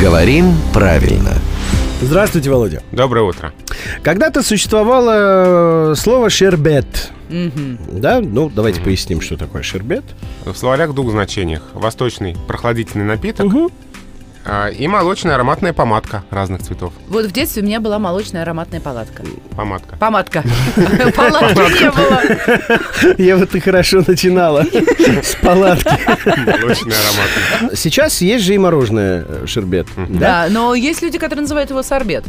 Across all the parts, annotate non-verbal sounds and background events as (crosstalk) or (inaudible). Говорим правильно. Здравствуйте, Володя. Доброе утро. Когда-то существовало э, слово «шербет». Да? Ну, давайте поясним, что такое шербет. В словарях в двух значениях. Восточный прохладительный напиток а, и молочная ароматная помадка разных цветов. Вот в детстве у меня была молочная ароматная палатка. Помадка. Помадка. Палатки не было. Ева, ты хорошо начинала с палатки. (laughs) Молочная ароматная. Сейчас есть же и мороженое э, шербет. Да? Да, но есть люди, которые называют его сорбет.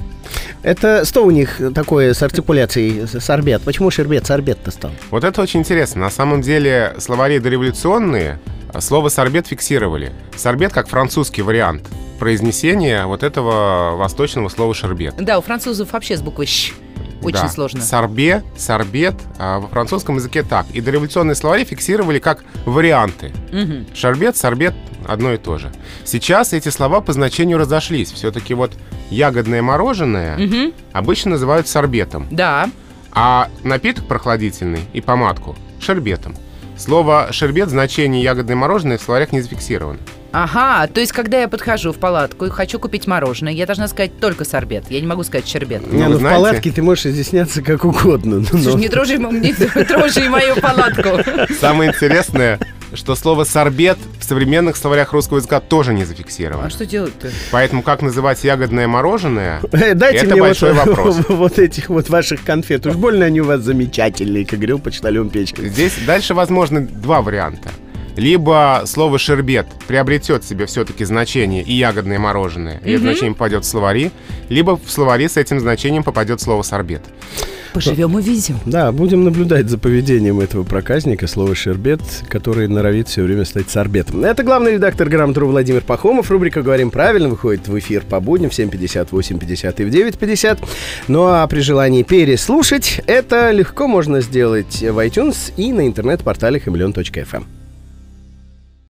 Это что у них такое с артикуляцией с- сорбет? Почему шербет сорбет-то стал? Вот это очень интересно. На самом деле словари дореволюционные а, слово «сорбет» фиксировали. Сорбет как французский вариант произнесения вот этого восточного слова «шербет». Да, у французов вообще с буквы «щ» очень Да. сложно. Сорбе, сорбет а, во французском языке так. И дореволюционные словари фиксировали как варианты. Мгм. Шарбет, сорбет одно и то же. Сейчас эти слова по значению разошлись. Все-таки вот ягодное мороженое Мгм. обычно называют сорбетом, Да. а напиток прохладительный и помадку шербетом. Слово шербет значение ягодное мороженое в словарях не зафиксировано. Ага, то есть, когда я подхожу в палатку и хочу купить мороженое, я должна сказать только сорбет. Я не могу сказать щербет. Ну, Не, ну, в знаете- палатке ты можешь изъясняться как угодно. ну, но- Слушай, не трожи, м- не (laughs) трожи мою палатку. Самое интересное, что слово сорбет в современных словарях русского языка тоже не А зафиксировано. что делать-то? Поэтому как называть ягодное мороженое? Э, Дайте Это мне вот, большой вопрос. (laughs) вот этих вот ваших конфет. Уж больно они у вас замечательные, как говорил почтальон Печкин. Здесь дальше возможны два варианта. Либо слово «шербет» приобретет себе все-таки значение и ягодное мороженое, и это значение попадет в словари, либо в словари с этим значением попадет слово «сорбет». Поживем увидим. Да, будем наблюдать за поведением этого проказника, слова «шербет», который норовит все время стать сорбетом. Это главный редактор «Грамотру» Владимир Пахомов. Рубрика «Говорим правильно» выходит в эфир по будням в 7.50, 8.50 и в 9.50. Ну а при желании переслушать, это легко можно сделать в iTunes и на интернет-портале himlion.fm.